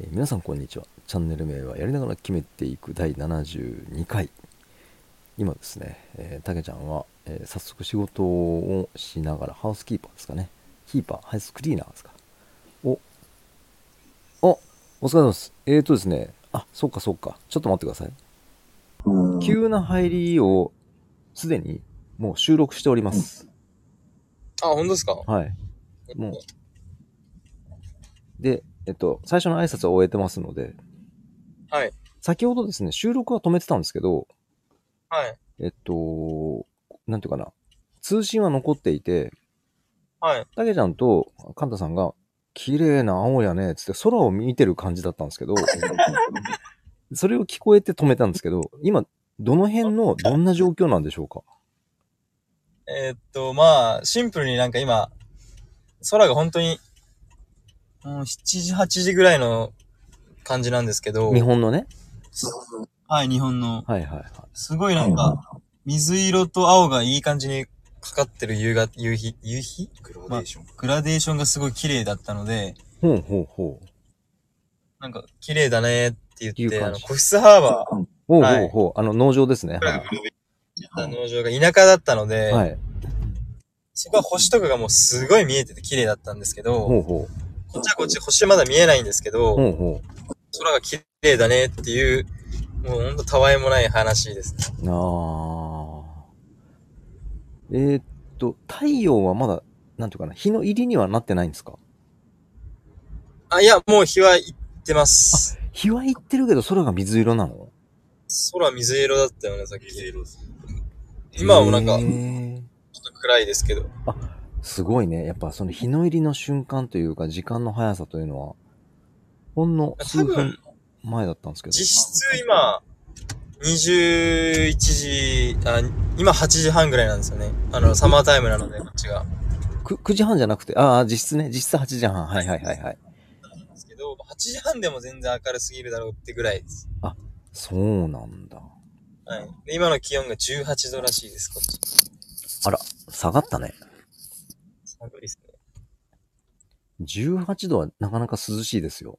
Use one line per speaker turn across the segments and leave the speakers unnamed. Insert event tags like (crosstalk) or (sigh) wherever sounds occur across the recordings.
えー皆さんこんにちはチャンネル名はやりながら決めていく第72回今ですねえーたけ、ちゃんは、えー早速仕事をしながらハウスキーパーですかねキーパーハウスクリーナーですかおおお疲れ様ですえーとですねあそうかそうかちょっと待ってください
うん
急な入りをすでにもう収録しております
あ、本当ですか
はいもう。で、えっと、最初の挨拶は終えてますので、
はい。
先ほどですね、収録は止めてたんですけど、
はい。
えっと、なんていうかな、通信は残っていて、
はい。
たけちゃんとカンタさんが、綺麗な青やね、つって空を見てる感じだったんですけど、それを聞こえて止めたんですけど、今、どの辺のどんな状況なんでしょうか
えーっと、まあ、シンプルになんか今、空が本当に、うん、7時、8時ぐらいの感じなんですけど、
日本のね。
はい、日本の。
はいはいはい。
すごいなんか、水色と青がいい感じにかかってる夕が、夕日、夕日
グラデ
ー
ション。
グラデーションがすごい綺麗だったので、
ほうほうほう。
なんか、綺麗だねって
い
言っ
う感じ
て、あの、個室ハーバ
ほう
は
ほう
い
ほう。あの、農場ですね。は
ーだった農場が田舎だったので、
い。はい。
そこは星とかがもうすごい見えてて綺麗だったんですけど、
ほうほ
こっちはこっち星まだ見えないんですけ
う。
ど、
ほうほ
空が綺麗だねっていう、もうほんとたわいもない話ですね。
う。ああ。えーっと、太陽はまだ、なんていうかな、日の入りにはなってないんですか
あ、いや、もう日は行ってます。
日は行ってるけど空が水色なの
空水色だったよね、さっき。
水色です。
今はもうなんか、
へ
ちょ
ー
っと暗いですけど。
すごいね。やっぱその日の入りの瞬間というか、時間の速さというのは、ほんの数
多分
分、前だったんですけど。
実質今、21時、あ、今8時半ぐらいなんですよね。あの、サマータイムなので、こっちが。
く9時半じゃなくて、ああ、実質ね、実質8時半。はいはいはいはい。
なんですけど、8時半でも全然明るすぎるだろうってぐらいです。
そうなんだ。
はい。で今の気温が18度らしいです、こっち。
下がったね。
寒いですね。
18度はなかなか涼しいですよ。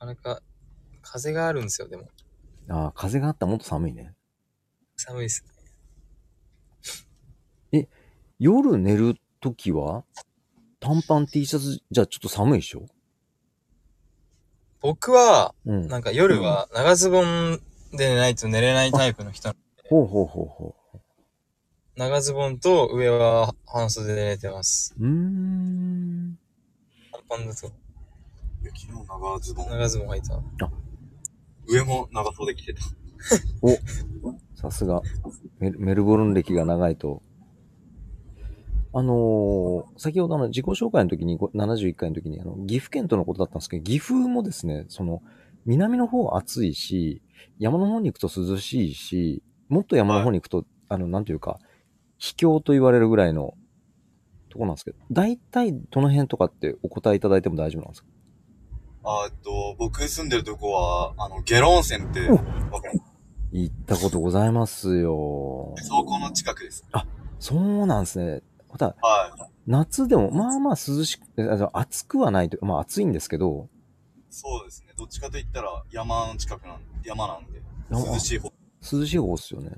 なかなか、風があるんですよ、でも。
ああ、風があったらもっと寒いね。
寒いです。
夜寝るときは、短パン T シャツじゃちょっと寒いでしょ
僕は、
うん。
なんか夜は長ズボンで寝ないと寝れないタイプの人。
ほうほうほうほ
長ズボンと上は半袖で寝てます。
う。うーん。
短パンだと
雪の長ズボン。
長ズボン履いた。
上も長袖着てた。
さすがメル、メルボルン歴が長いと。あのー先ほどあの自己紹介の時に、ご71回の時にあの、岐阜県とのことだったんですけど、岐阜もですね、その、南の方暑いし、山の方に行くと涼しいし、もっと山の方に行くと、あの、なんていうか、秘境と言われるぐらいのとこなんですけど、大体どの辺とかってお答えいただいても大丈夫なんですか
あーっと、僕住んでるとこは、あの、下呂温泉って、
お
わかる
行ったことございますよ。
そこの近くです。
そうなんですね。また、
はい。
夏でも、まあまあ涼しく、あの暑くはないというか、まあ暑いんですけど、
そうですね。どっちかと言ったら、山の近くなん、山なんで、
あ
涼しい方。
涼しい方ですよね。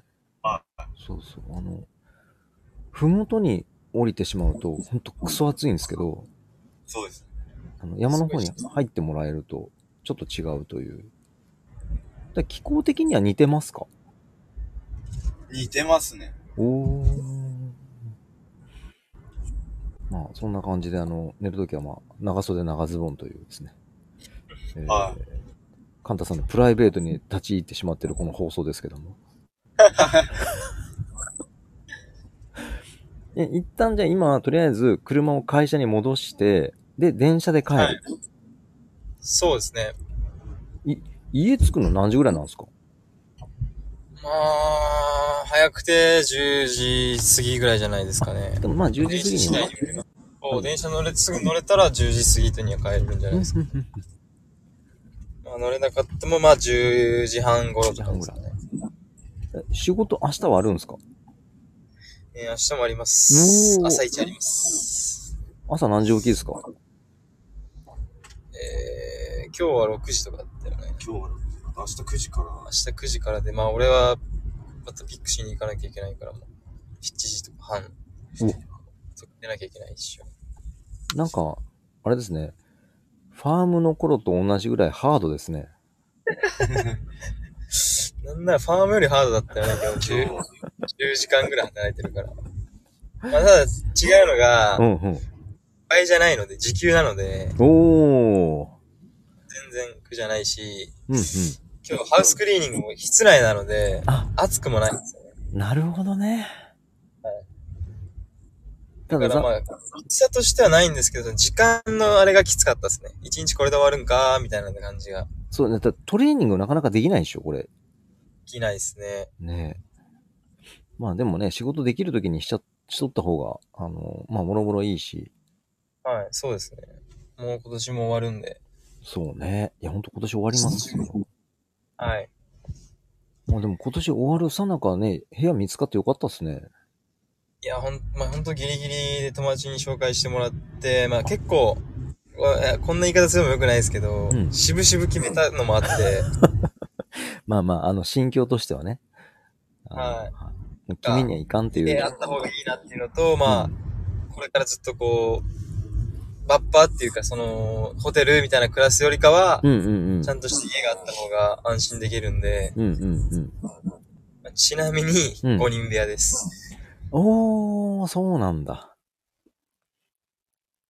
は
そうそう。あの、ふもとに降りてしまうと、ほんとクソ暑いんですけど、
そうです。
あの山の方に入ってもらえると、ちょっと違うという。だ気候的には似てますか
似てますね。
おー。まあ、そんな感じで、あの、寝るときは、まあ、長袖長ズボンというですね。え
は
カンタさんのプライベートに立ち入ってしまってるこの放送ですけど
(laughs)
も。え一旦じゃあ今、とりあえず車を会社に戻して、で、電車で帰る。
はいそうですね。
家着くの何時ぐらいなんですか
まあ、早くて10時過ぎぐらいじゃないですかね。
でもまあ10時過ぎには。
電車次第によりますそう電車乗れ、すぐ乗れたら10時過ぎとには帰るんじゃないですか。
うんうんうん
まあ、乗れなかったもまあ10時半頃とかですかね。
え仕事明日はあるんですか
えー明日もあります
お。ー
朝一あります。
朝何時起きですか
え今日は6時とかだったよね。
今日は明日9時から
明。日9時からで、まあ俺はまたピックしに行かなきゃいけないから、もう7時とか半
お
とか出なきゃいけないっしょ。
なんか、あれですね。ファームの頃と同じぐらいハードですね。
なんならファームよりハードだった
(laughs)
よね、今日
今
10,
日は
10時間ぐらい働いてるから。まあただ違うのが
う、んうん。
倍じゃないので、時給なので、
おー。
全然苦じゃないし、
うんうん。
今日ハウスクリーニングも室内なので、
あ、
暑くもないんですよね。
なるほどね。
はい
ただ
だからま
さ、
あ、きつさとしてはないんですけど、時間のあれがきつかったですね。一日これで終わるんかーみたいな感じが
そうね、だトレーニングなかなかできないでしょ、これ。
起きないですね。
ねえまあでもね、仕事できるときにしちゃ、しとった方が、あの、まあ、もろもろいいし、
はい、そうですね。もう今年も終わるんで。
そうね。いや、ほんと今年終わりますよ。
はい。
まあでも今年終わるさなかね、部屋見つかってよかったっすね。
いや、ほん、まあ、ほんとギリギリで友達に紹介してもらって、まあ結構、わいやこんな言い方するのも良くないですけど、
うん
渋々決めたのもあって、
まあまあ、あの、心境としてはね。あの
はい
い。君にはいかん (laughs) っていう。
で、あった方がいいなっていうのと、まあ、これからずっとこう、バッパーっていうか、その、ホテルみたいな暮らすよりかは
う、んうんうん
ちゃ。んとした家があった方が安心できるんで、
うんうんうん。
まあちなみに
うん
5人部屋です。
おー、そうなんだ。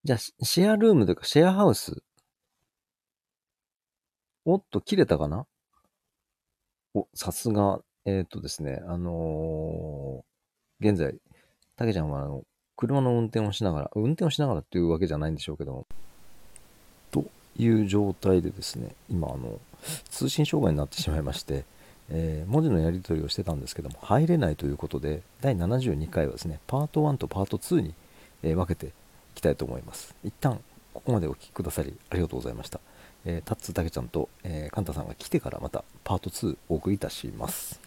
じゃあ、シシェアルームというか、シェアハウス。おっと、切れたかなお、さすが、えっ、とですね、あのー現在、たけちゃんは、あの、車の運転をしながら、運転をしながらっていうわけじゃないんでしょうけども、という状態でですね、今、あの、通信障害になってしまいまして、えー文字のやり取りをしてたんですけども入れないということで第72回はですねパート1とパート2に、えー分けていきたいと思います一旦ここまでお聞きくださりありがとうございました、えータッツたけちゃんと、えーカンタさんが来てからまたパート2お送りいたします